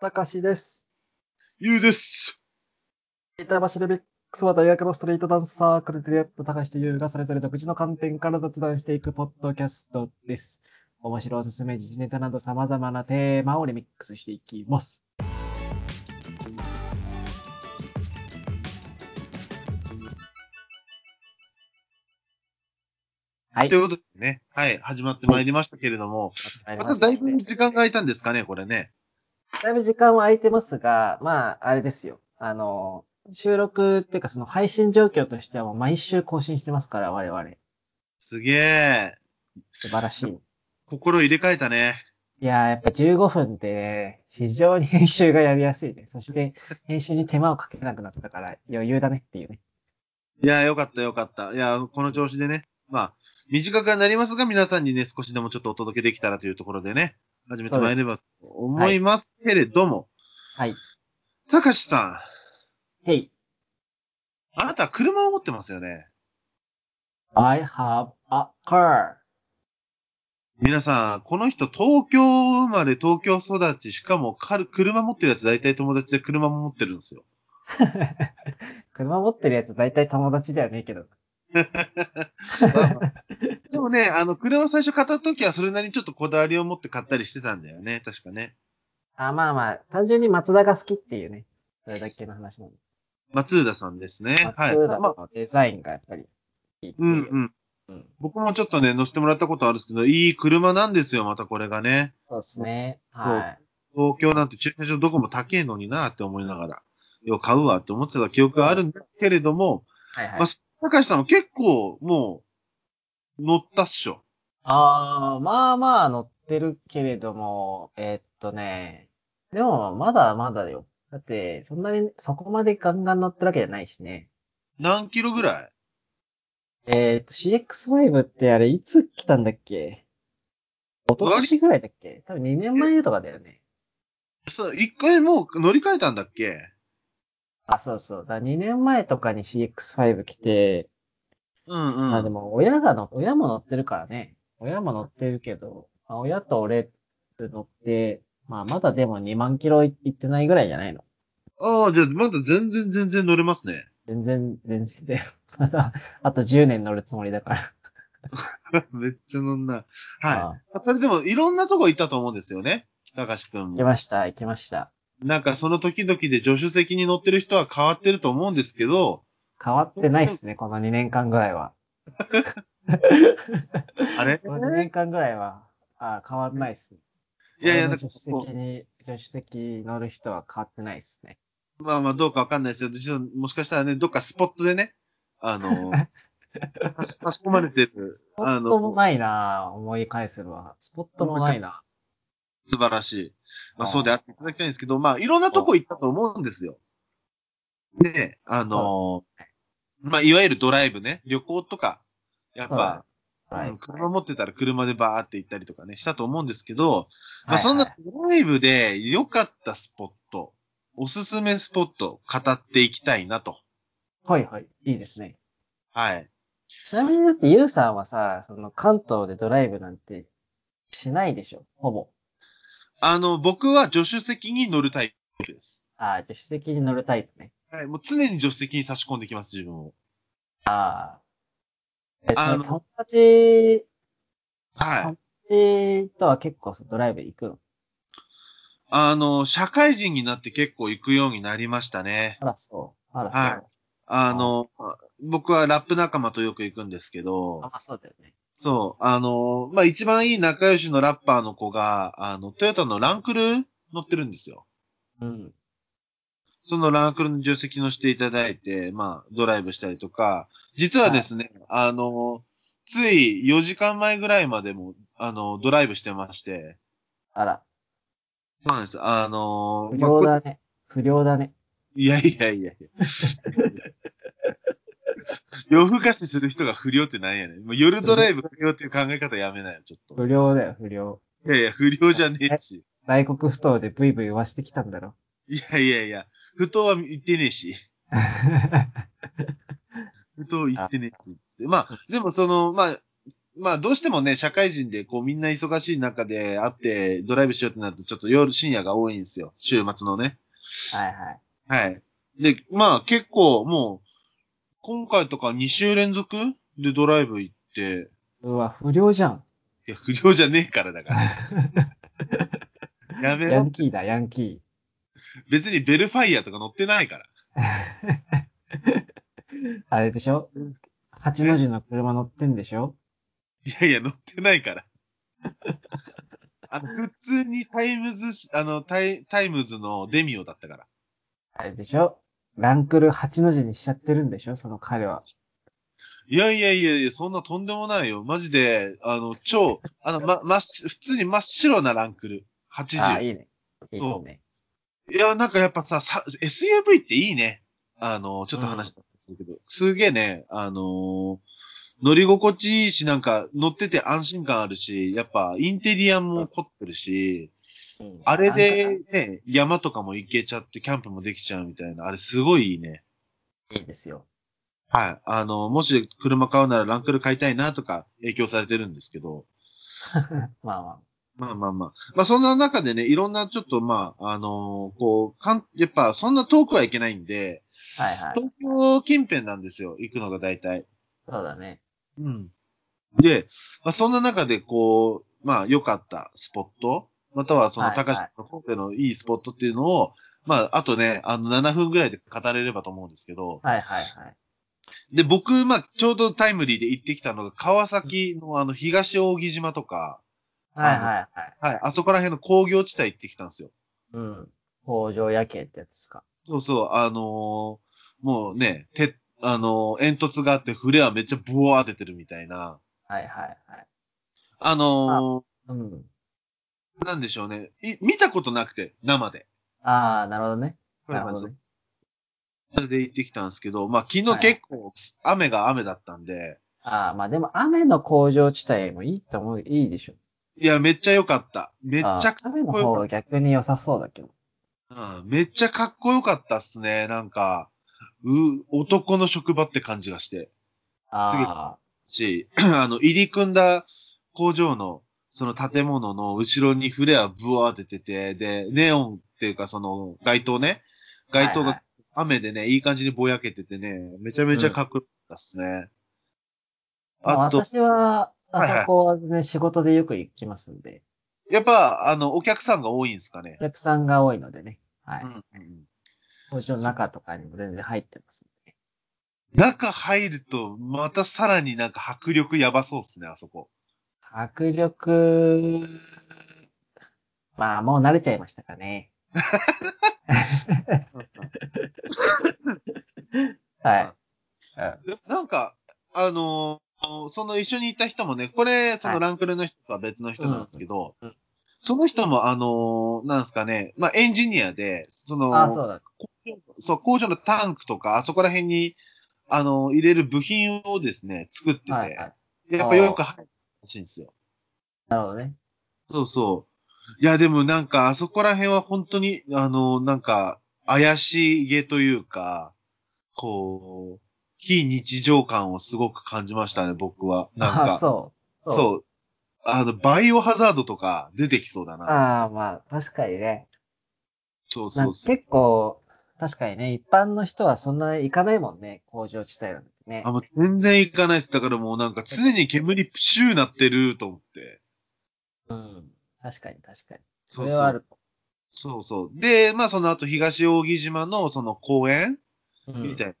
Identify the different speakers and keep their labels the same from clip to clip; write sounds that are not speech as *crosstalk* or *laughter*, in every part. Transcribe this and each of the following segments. Speaker 1: たかしです。
Speaker 2: ゆうです。
Speaker 1: 板橋レベックスは大学のストリートダンスサークルで出会ったたかしとゆうがそれぞれ独自の観点から雑談していくポッドキャストです。面白おすすめ、時事ネタなど様々なテーマをリミックスしていきます。はい
Speaker 2: ということでね、はい、始まってまいりましたけれども、まただい *laughs* ぶ時間が空いたんですかね、これね。
Speaker 1: だいぶ時間は空いてますが、まあ、あれですよ。あの、収録っていうかその配信状況としてはもう毎週更新してますから、我々。
Speaker 2: すげえ。
Speaker 1: 素晴らしい。
Speaker 2: 心入れ替えたね。
Speaker 1: いやー、やっぱ15分ってね、非常に編集がやりやすい
Speaker 2: *laughs*
Speaker 1: ね。そして、編集に手間をかけなくなったから余裕だねっていうね。
Speaker 2: いや、よかったよかった。いや、この調子でね、まあ、短くはなりますが、皆さんにね、少しでもちょっとお届けできたらというところでね、始めてまいればと思いますけれども、
Speaker 1: はい。
Speaker 2: たかしさ
Speaker 1: へい。
Speaker 2: ん、あなたは車を持ってますよね。
Speaker 1: I have a car.
Speaker 2: 皆さん、この人東京生まれ、東京育ち、しかもかる車持ってるやつ大体友達で車も持ってるんですよ。
Speaker 1: 車持ってるやつ大体友達ではねえけど。
Speaker 2: *laughs* でもね、あの、車を最初買った時はそれなりにちょっとこだわりを持って買ったりしてたんだよね、確かね。
Speaker 1: あ、まあまあ、単純に松田が好きっていうね。それだけの話なんで。
Speaker 2: 松浦さんですね。はい。
Speaker 1: 松田
Speaker 2: まあ
Speaker 1: のデザインがやっぱりいいっていうう。
Speaker 2: んうん。
Speaker 1: うん。
Speaker 2: 僕もちょっとね、乗せてもらったことあるんですけど、いい車なんですよ、またこれがね。
Speaker 1: そうですね。はい。
Speaker 2: 東京なんて駐車場どこも高いのになって思いながら、よ、買うわって思ってた記憶があるんですけれども、
Speaker 1: はいはい
Speaker 2: まあ。、高橋さんは結構もう、乗ったっしょ。
Speaker 1: ああ、まあまあ乗ってるけれども、えーっとね、でもまだまだよ。だって、そんなに、そこまでガンガン乗ってるわけじゃないしね。
Speaker 2: 何キロぐらい
Speaker 1: えーっと、CX5 ってあれ、いつ来たんだっけ一昨年ぐらいだっけ多分2年前とかだよね。
Speaker 2: そう、一回もう乗り換えたんだっけ
Speaker 1: あ、そうそう。だ2年前とかに CX5 来て、
Speaker 2: うんうん。
Speaker 1: まあでも親がの、親も乗ってるからね。親も乗ってるけど、まあ、親と俺乗って、まあまだでも2万キロい行ってないぐらいじゃないの
Speaker 2: ああ、じゃあ、まだ全然全然乗れますね。 *laughs*
Speaker 1: 全然、全然だよ。 *laughs* まだあと10年乗るつもりだから。
Speaker 2: めっちゃ乗んな。は。
Speaker 1: はい
Speaker 2: それでも、いろんなとこ行ったと思うんですよね。高橋くん
Speaker 1: 行き
Speaker 2: も。
Speaker 1: ました、行きました。
Speaker 2: なんか、その時々で助手席に乗ってる人は変わってると思うんですけど、
Speaker 1: 変わってないっすね、この2年間ぐらいは。*laughs*
Speaker 2: あれ
Speaker 1: この2年間ぐらいは、あ変わんないっすね。
Speaker 2: いやいや、
Speaker 1: 俺の
Speaker 2: なんか
Speaker 1: 助手席に、助手席乗る人は変わってないっすね。
Speaker 2: まあまあ、どうかわかんないですよ。実はもしかしたらね、どっかスポット
Speaker 1: *laughs*
Speaker 2: でね、あの、差し差し込まれてる、
Speaker 1: スポッ
Speaker 2: あ
Speaker 1: トも
Speaker 2: の、
Speaker 1: ないなぁ、思い返せば。スポットもないな
Speaker 2: 素晴らしい。まあ、
Speaker 1: はい
Speaker 2: そうであっていただきたいんですけど、まあ、いろんなとこ行ったと思うんですよ。で、あの、まあ、いわゆるドライブね、旅行とか、やっ
Speaker 1: そうだね
Speaker 2: ぱ、
Speaker 1: はい。
Speaker 2: うん車持ってたら車でバーって行ったりとかね、したと思うんですけど、
Speaker 1: は
Speaker 2: まあ、
Speaker 1: い
Speaker 2: そんな
Speaker 1: はい
Speaker 2: ドライブで良かったスポット、おすすめスポット、語っていきたいなと。
Speaker 1: はいはい。いいですね。
Speaker 2: はい。
Speaker 1: ちなみにだって、ゆうさんはさ、その関東でドライブなんてしないでしょ、ほぼ。
Speaker 2: あの、僕は助手席に乗るタイプです。
Speaker 1: ああ、助手席に乗るタイプね。
Speaker 2: はい。もう常に助手席に差し込んできます、自分を。
Speaker 1: ああ。え、そ
Speaker 2: あの
Speaker 1: の友達、
Speaker 2: はい。
Speaker 1: 友達とは結構そうドライブ行くの
Speaker 2: あの、社会人になって結構行くようになりましたね。
Speaker 1: あら、そう。あら、
Speaker 2: はい
Speaker 1: そう。
Speaker 2: あの、僕はラップ仲間とよく行くんですけど
Speaker 1: あ、、まあそうだよね。
Speaker 2: そう、あの、まあ、一番いい仲良しのラッパーの子が、あの、トヨタのランクル乗ってるんですよ。
Speaker 1: うん。
Speaker 2: そのランクルの助手席乗していただいて、まあ、ドライブしたりとか、実はですね、あの、つい4時間前ぐらいまでも、あの、ドライブしてまして、
Speaker 1: あら、
Speaker 2: そうなんです。あの、
Speaker 1: 不
Speaker 2: まあ
Speaker 1: 良
Speaker 2: こ
Speaker 1: だね。不良だね。
Speaker 2: いやいやいやいや。夜更かしする人が不良ってなんやねん。もう夜ドライブ不良っていう考え方やめなよ、ちょっと。
Speaker 1: 不良だよ、不良。
Speaker 2: いやいや、不良じゃねえし。
Speaker 1: 大黒不当でブイブイ言わしてきたん
Speaker 2: *laughs*
Speaker 1: だろ。
Speaker 2: いやいやいや、不当は言ってねえし。不当言ってねえし。まあ、でもその、まあ、まあどうしてもね、社会人でこうみんな忙しい中で会ってドライブしようってなるとちょっと夜、深夜が多いんですよ。週末のね。
Speaker 1: はいはい。
Speaker 2: はい。で、まあ結構もう、今回とか2週連続でドライブ行って、
Speaker 1: うわ、不良じゃん。
Speaker 2: いや、不良じゃねえからだ *laughs* から。やめ
Speaker 1: ヤ
Speaker 2: ろ
Speaker 1: ン。キーだ、ヤンキ
Speaker 2: 別にベルファイアとか乗ってないから。 *laughs*
Speaker 1: ー。あれでしょ八の字の車乗ってんでしょ
Speaker 2: いやいや、乗ってないから。あの、普通にタイムズし、あの、タイ、タイムズのデミオだったから。
Speaker 1: あれでしょランクル八の字にしちゃってるんでしょその彼は。
Speaker 2: いやいやいやいや、そんなとんでもないよ。マジで、あの、超、あの、ま、まっし、普通に真っ白なランクル。
Speaker 1: ああ、
Speaker 2: 80。
Speaker 1: いいね。いいですね。
Speaker 2: いや、なんかやっぱさ、さ SUV っていいね。あの、ちょっと話したんですけど、すげえね、あのー乗り心地いいし、なんか乗ってて安心感あるし、やっぱインテリアも凝ってるし、
Speaker 1: うん
Speaker 2: あれで、ね、山とかも行けちゃって、キャンプもできちゃうみたいな、あれすごいいいね。
Speaker 1: いいですよ。
Speaker 2: はい。あの、もし車買うならランクル買いたいなとか影響されてるんですけど、
Speaker 1: まあま
Speaker 2: まあまあまあ。まあそんな中でね、いろんなちょっとまあ、あのーこう、かん、やっぱそんな遠くはいけないんで、
Speaker 1: あ。はいはい。
Speaker 2: 東京近辺なんですよ、行くのが大体。
Speaker 1: そうだね。
Speaker 2: うん。で、まあ、そんな中でこう、まあ良かったスポット、またはその
Speaker 1: はいはい
Speaker 2: 高橋の神戸のいいスポットっていうのを、まああとね、あの7分ぐらいで語れればと思うんですけど、
Speaker 1: はいはいはい。
Speaker 2: で、僕、まあちょうどタイムリーで行ってきたのが川崎のあの東扇島とか、
Speaker 1: はいはいはい。
Speaker 2: はい、あそこら辺の工業地帯行ってきたんですよ。
Speaker 1: うん。工場夜景ってやつですか。
Speaker 2: そうそう、あのーもうね、て、あのー煙突があって、フレアめっちゃブワー出てるみたいな。
Speaker 1: はいはいはい。
Speaker 2: あの
Speaker 1: うん。
Speaker 2: ーなんでしょうね。い、見たことなくて、生で。
Speaker 1: ああ、なるほどね。なるほど
Speaker 2: そ
Speaker 1: ね。
Speaker 2: れで行ってきたんですけど、まあ昨
Speaker 1: は
Speaker 2: 日
Speaker 1: い
Speaker 2: 結構、雨が雨だったんで、
Speaker 1: ああ、まあでも雨の工場地帯もいいと思う、いいでしょ。
Speaker 2: いや、めっちゃ良かった。めっちゃ
Speaker 1: ああ、雨の方が逆に良さそうだけど。
Speaker 2: うん、めっちゃかっこよかったっすね。なんか、う、男の職場って感じがして。
Speaker 1: あ
Speaker 2: し、 *clears throat* あの、入り組んだ工場の、その建物の後ろにフレアブワーって出てて、で、ネオンっていうかその街灯ね、
Speaker 1: あ。
Speaker 2: 街灯
Speaker 1: はいは
Speaker 2: が
Speaker 1: い
Speaker 2: 雨でね、いい感じにぼやけててね、めちゃめちゃかっこよかったっすね。
Speaker 1: まあ
Speaker 2: あと、
Speaker 1: 私は、あ
Speaker 2: はい
Speaker 1: そ
Speaker 2: はい
Speaker 1: こはね、仕事でよく行きますんで、
Speaker 2: やっぱ、あの、お客さんが多いんですかね
Speaker 1: お。客さんが多いのでね。は
Speaker 2: う
Speaker 1: い。
Speaker 2: んうん
Speaker 1: 工場の中とかにも全然入ってますんで。
Speaker 2: 中入ると、またさらになんか迫力やばそうっすね、あそこ。
Speaker 1: 迫力、まあもう慣れちゃいましたか
Speaker 2: *laughs*
Speaker 1: ね。はい。うん
Speaker 2: でなんか、あのーその一緒に行った人もね、これ、そ
Speaker 1: は
Speaker 2: の
Speaker 1: い
Speaker 2: ランクルの人とは別の人なんですけど、
Speaker 1: うんうん
Speaker 2: その人も、あのーなんですかね、まあ、エンジニアで、その、
Speaker 1: ああ、そうだ。
Speaker 2: そう工場のタンクとか、あそこら辺に、あのー入れる部品をですね、作ってて、
Speaker 1: はいはい。
Speaker 2: やっぱよく入るらしいんですよ。
Speaker 1: なるほどね。
Speaker 2: そうそう。いや、でもなんか、あそこら辺は本当に、あの、なんか、怪しげというか、こう、非日常感をすごく感じましたね、僕は。なん
Speaker 1: あ
Speaker 2: か、
Speaker 1: そう。う。
Speaker 2: そう。あの、バイオハザードとか出てきそうだな。
Speaker 1: ああ、まあ、確かにね。
Speaker 2: そう
Speaker 1: な
Speaker 2: そ
Speaker 1: ん
Speaker 2: う
Speaker 1: か
Speaker 2: そう。
Speaker 1: 結構、確かにね、一般の人はそんな行かないもんね、工場地帯なんてね
Speaker 2: あ、。もう全然行かないです。だからもうなんか常に煙プシューなってると思って。
Speaker 1: うん。確かに確かに。
Speaker 2: そ
Speaker 1: そうれは
Speaker 2: そ
Speaker 1: あ
Speaker 2: う。
Speaker 1: ると。
Speaker 2: そうそう。で、まあその後東扇島のその公園
Speaker 1: うん
Speaker 2: みたいな。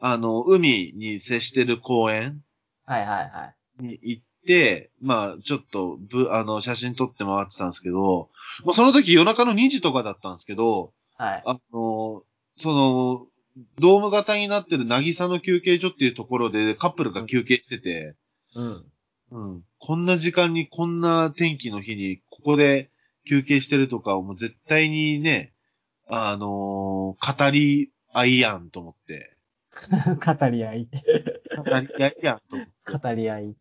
Speaker 2: あの、海に接してる公園
Speaker 1: はいはいはい。
Speaker 2: に行って、まあ、ちょっと、ぶ、あの、写真撮って回ってたんですけど、もうその時夜中の2時とかだったんですけど、
Speaker 1: はい。
Speaker 2: あの、その、ドーム型になってる渚の休憩所っていうところでカップルが休憩してて、
Speaker 1: うん。
Speaker 2: うん。こんな時間にこんな天気の日にここで休憩してるとかをもう絶対にね、あの語り合いやんと思って。
Speaker 1: *laughs* 語り合い。
Speaker 2: 語り合いやんと思って。
Speaker 1: 語り合い。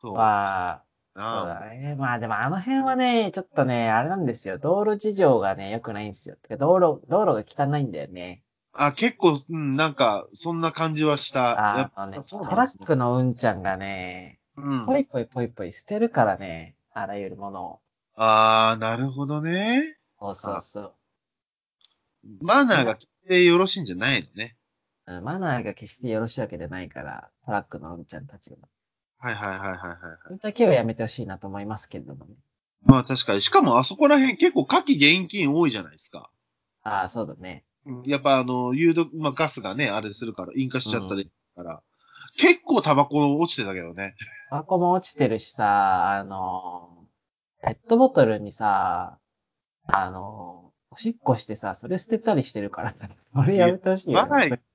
Speaker 2: そう。
Speaker 1: は、
Speaker 2: あ
Speaker 1: そうだね。まあでもあの辺はね、ちょっとね、あれなんですよ。道路事情がね、良くないんですよ。てか道路、道路が汚いんだよね。
Speaker 2: あ、結構、うん、なんか、そんな感じはした。やっ
Speaker 1: あ
Speaker 2: ぱ
Speaker 1: あのね、
Speaker 2: そう
Speaker 1: ト
Speaker 2: なんで
Speaker 1: ラ
Speaker 2: すね
Speaker 1: ックのうんちゃんがね、
Speaker 2: うん。
Speaker 1: ぽいぽいぽいぽい捨てるからね。あらゆるものを。
Speaker 2: ああ、なるほどね。
Speaker 1: そうそうそう。
Speaker 2: マナーが決してよろしいんじゃないのね。
Speaker 1: うんマナーが決してよろしいわけでないから、トラックのおんちゃんたちが。
Speaker 2: はいはいはいはいはいはい。
Speaker 1: それだけはやめてほしいなと思いますけれどもね。
Speaker 2: まあ確かに。しかもあそこら辺結構火器現金多いじゃないですか。
Speaker 1: ああ、そうだね。
Speaker 2: やっぱあの、有毒、まあガスがね、あれするから、引火しちゃったりから、結構タバコ落ちてたけどね。
Speaker 1: タバコも落ちてるしさ、あの、ペットボトルにさ、あの、おしっこしてさ、それ捨てたりしてるから、 *laughs* それやめてほしいよ、
Speaker 2: やばい
Speaker 1: ね。
Speaker 2: えー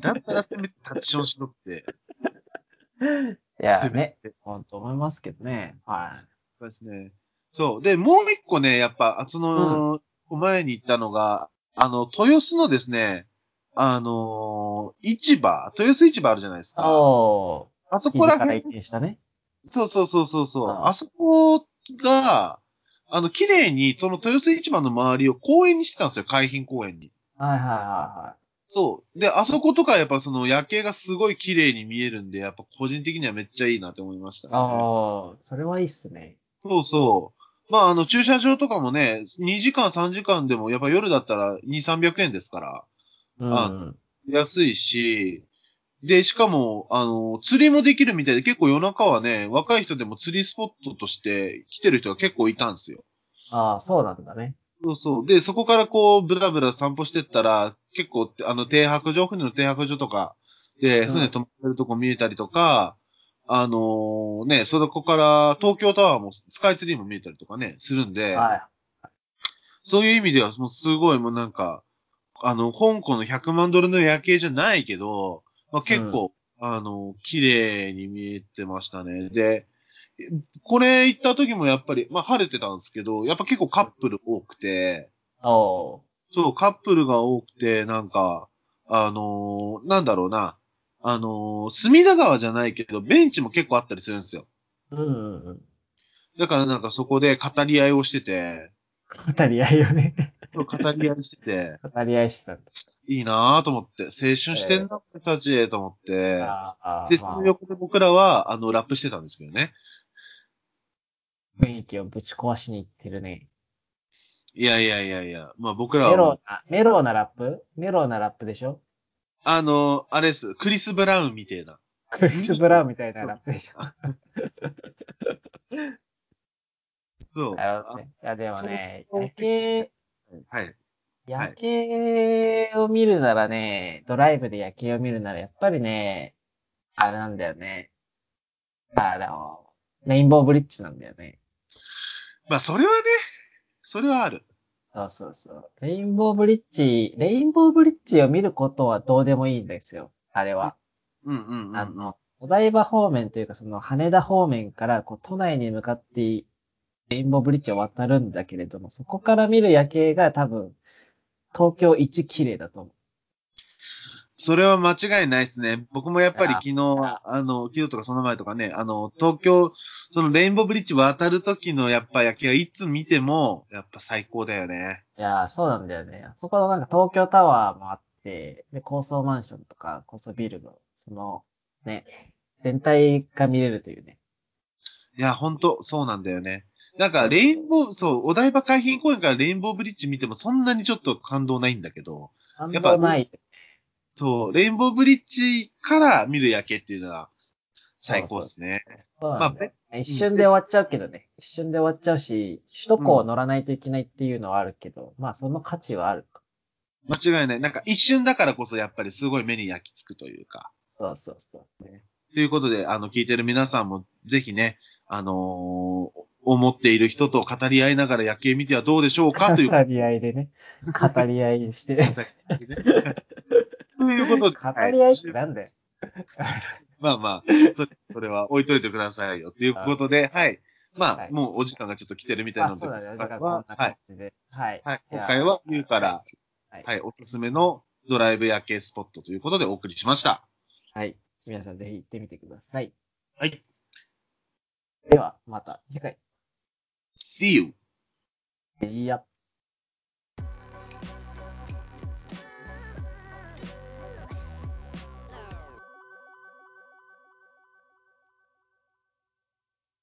Speaker 2: だったらせめてタッチションしろって。
Speaker 1: いや、ね、本当思いますけどね。は
Speaker 2: そうですね。そう。で、もう一個ね、やっぱ、その、前に行ったのが、あの、豊洲のですね、あのー市場、豊洲市場あるじゃないです
Speaker 1: い。
Speaker 2: か。
Speaker 1: お
Speaker 2: あそ
Speaker 1: ー、記
Speaker 2: こら
Speaker 1: 事から一
Speaker 2: 辺、
Speaker 1: 転したね。
Speaker 2: そうそうそうそうそう、
Speaker 1: うん
Speaker 2: あそこが、あの、綺麗に、その豊洲市場の周りを公園にしてたんですよ、海浜公園に。
Speaker 1: はいはいはいはい。
Speaker 2: そう。で、あそことかやっぱその夜景がすごい綺麗に見えるんで、やっぱ個人的にはめっちゃいいなって思いました、ね。
Speaker 1: ああ、それはいいっすね。
Speaker 2: そうそう。まあ、あの、駐車場とかもね、2時間、3時間でも、やっぱ夜だったら2、300円ですから、
Speaker 1: うん。
Speaker 2: あ安いし、で、しかも、あの、釣りもできるみたいで、結構夜中はね、若い人でも釣りスポットとして来てる人が結構いたんですよ。
Speaker 1: ああ、そうなんだね。
Speaker 2: そうそう。で、そこからこう、ぶらぶら散歩してったら、結構、あの、停泊場、船の停泊場とか、で、
Speaker 1: うん
Speaker 2: 船止まってるとこ見えたりとか、あのーね、そこから東京タワーも、スカイツリーも見えたりとかね、するんで、
Speaker 1: は
Speaker 2: そういう意味では、もうすごいもうなんか、あの、香港の100万ドルの夜景じゃないけど、まあ、結構、あの、綺麗に見えてましたね。で、これ行った時もやっぱり、まあ晴れてたんですけど、やっぱ結構カップル多くて、
Speaker 1: い。おー。
Speaker 2: そう、カップルが多くて、なんか、あのーなんだろうな、あのー隅田川じゃないけど、ベンチも結構あったりするんですよ。
Speaker 1: うんうんうん。
Speaker 2: だからなんかそこで語り合いをしてて、
Speaker 1: 語り合いよね。
Speaker 2: 語り合いしてて、
Speaker 1: 語り合いしてたん
Speaker 2: いいなぁと思って、青春してんな、俺たちへと思って。
Speaker 1: だ。ああ、
Speaker 2: で、そ
Speaker 1: まあ
Speaker 2: の横で僕らは、あの、ラップしてたんですけどね。
Speaker 1: 雰囲気をぶち壊しに行ってるね。
Speaker 2: いやいやいやいや、まあ僕ら
Speaker 1: メロ
Speaker 2: は、
Speaker 1: な、メロなラップメロなラップでしょ
Speaker 2: あの、あれです、クリス・ブラウンみたいな。
Speaker 1: クリス・ブラウンみたいなラップでしょ
Speaker 2: そう。
Speaker 1: なるほど
Speaker 2: あ
Speaker 1: ねいや、でもね、
Speaker 2: そう
Speaker 1: 夜景、
Speaker 2: はい。は
Speaker 1: 夜
Speaker 2: い
Speaker 1: 景を見るならね、ドライブで夜景を見るなら、やっぱりね、あれなんだよね。あの、レインボーブリッジなんだよね。
Speaker 2: まあそれはね、それはある。
Speaker 1: そうそうそう。レインボーブリッジ、レインボーブリッジを見ることはどうでもいいんですよ。あれは。
Speaker 2: うんうんうん。
Speaker 1: あの、お台場方面というか、その羽田方面から、こう、都内に向かって、レインボーブリッジを渡るんだけれども、そこから見る夜景が多分、東京一綺麗だと思う。
Speaker 2: それは間違いないですね。僕もやっぱり昨日
Speaker 1: あ、
Speaker 2: あの、昨日とかその前とかね、あの、東京、そのレインボーブリッジ渡る時のやっぱ夜景はいつ見ても、やっぱ最高だよね。
Speaker 1: いやー、そうなんだよね。そこのなんか東京タワーもあって、で、高層マンションとか、高層ビルの、その、ね、全体が見れるというね。
Speaker 2: いや、ほんと、そうなんだよね。なんか、レインボー、そう、お台場海浜公園からレインボーブリッジ見てもそんなにちょっと感動ないんだけど、
Speaker 1: 感
Speaker 2: やっぱ
Speaker 1: 動ない。
Speaker 2: そう、レインボーブリッジから見る夜景っていうのは最高ですね。
Speaker 1: そうなんだよ一瞬
Speaker 2: うん
Speaker 1: で終わっちゃうけどね。一瞬で終わっちゃうし、首都高を乗らないといけないっていうのはあるけど、まあその価値はある。
Speaker 2: 間違いない。なんか一瞬だからこそやっぱりすごい目に焼き付くというか。
Speaker 1: そうそうそう。
Speaker 2: ということで、あの、聞いてる皆さんも、ぜひね、あのー思っている人と語り合いながら夜景見てはどうでしょうかという。
Speaker 1: 語り合いでね。語り合いして。 *laughs*
Speaker 2: ということで。
Speaker 1: 語り合いって
Speaker 2: は
Speaker 1: なんだよ。
Speaker 2: まあまあ、それそれは置いといてくださいよ。ということで、はい。まあ、
Speaker 1: はい
Speaker 2: もうお時間がちょっと来てるみたいな
Speaker 1: あ、
Speaker 2: ので、
Speaker 1: そうだね。だ
Speaker 2: 今
Speaker 1: か
Speaker 2: 回
Speaker 1: らこ
Speaker 2: は
Speaker 1: ん、な
Speaker 2: はい
Speaker 1: 感。じで。はい。
Speaker 2: はい、
Speaker 1: じゃあ
Speaker 2: 今回は、ゆうから、
Speaker 1: は
Speaker 2: はい
Speaker 1: い、
Speaker 2: はい、おすすめのドライブ夜景スポットということでお送りしました。
Speaker 1: はい。皆さんぜひ行ってみてください。
Speaker 2: はい。
Speaker 1: では、また次回。
Speaker 2: See you!
Speaker 1: いや。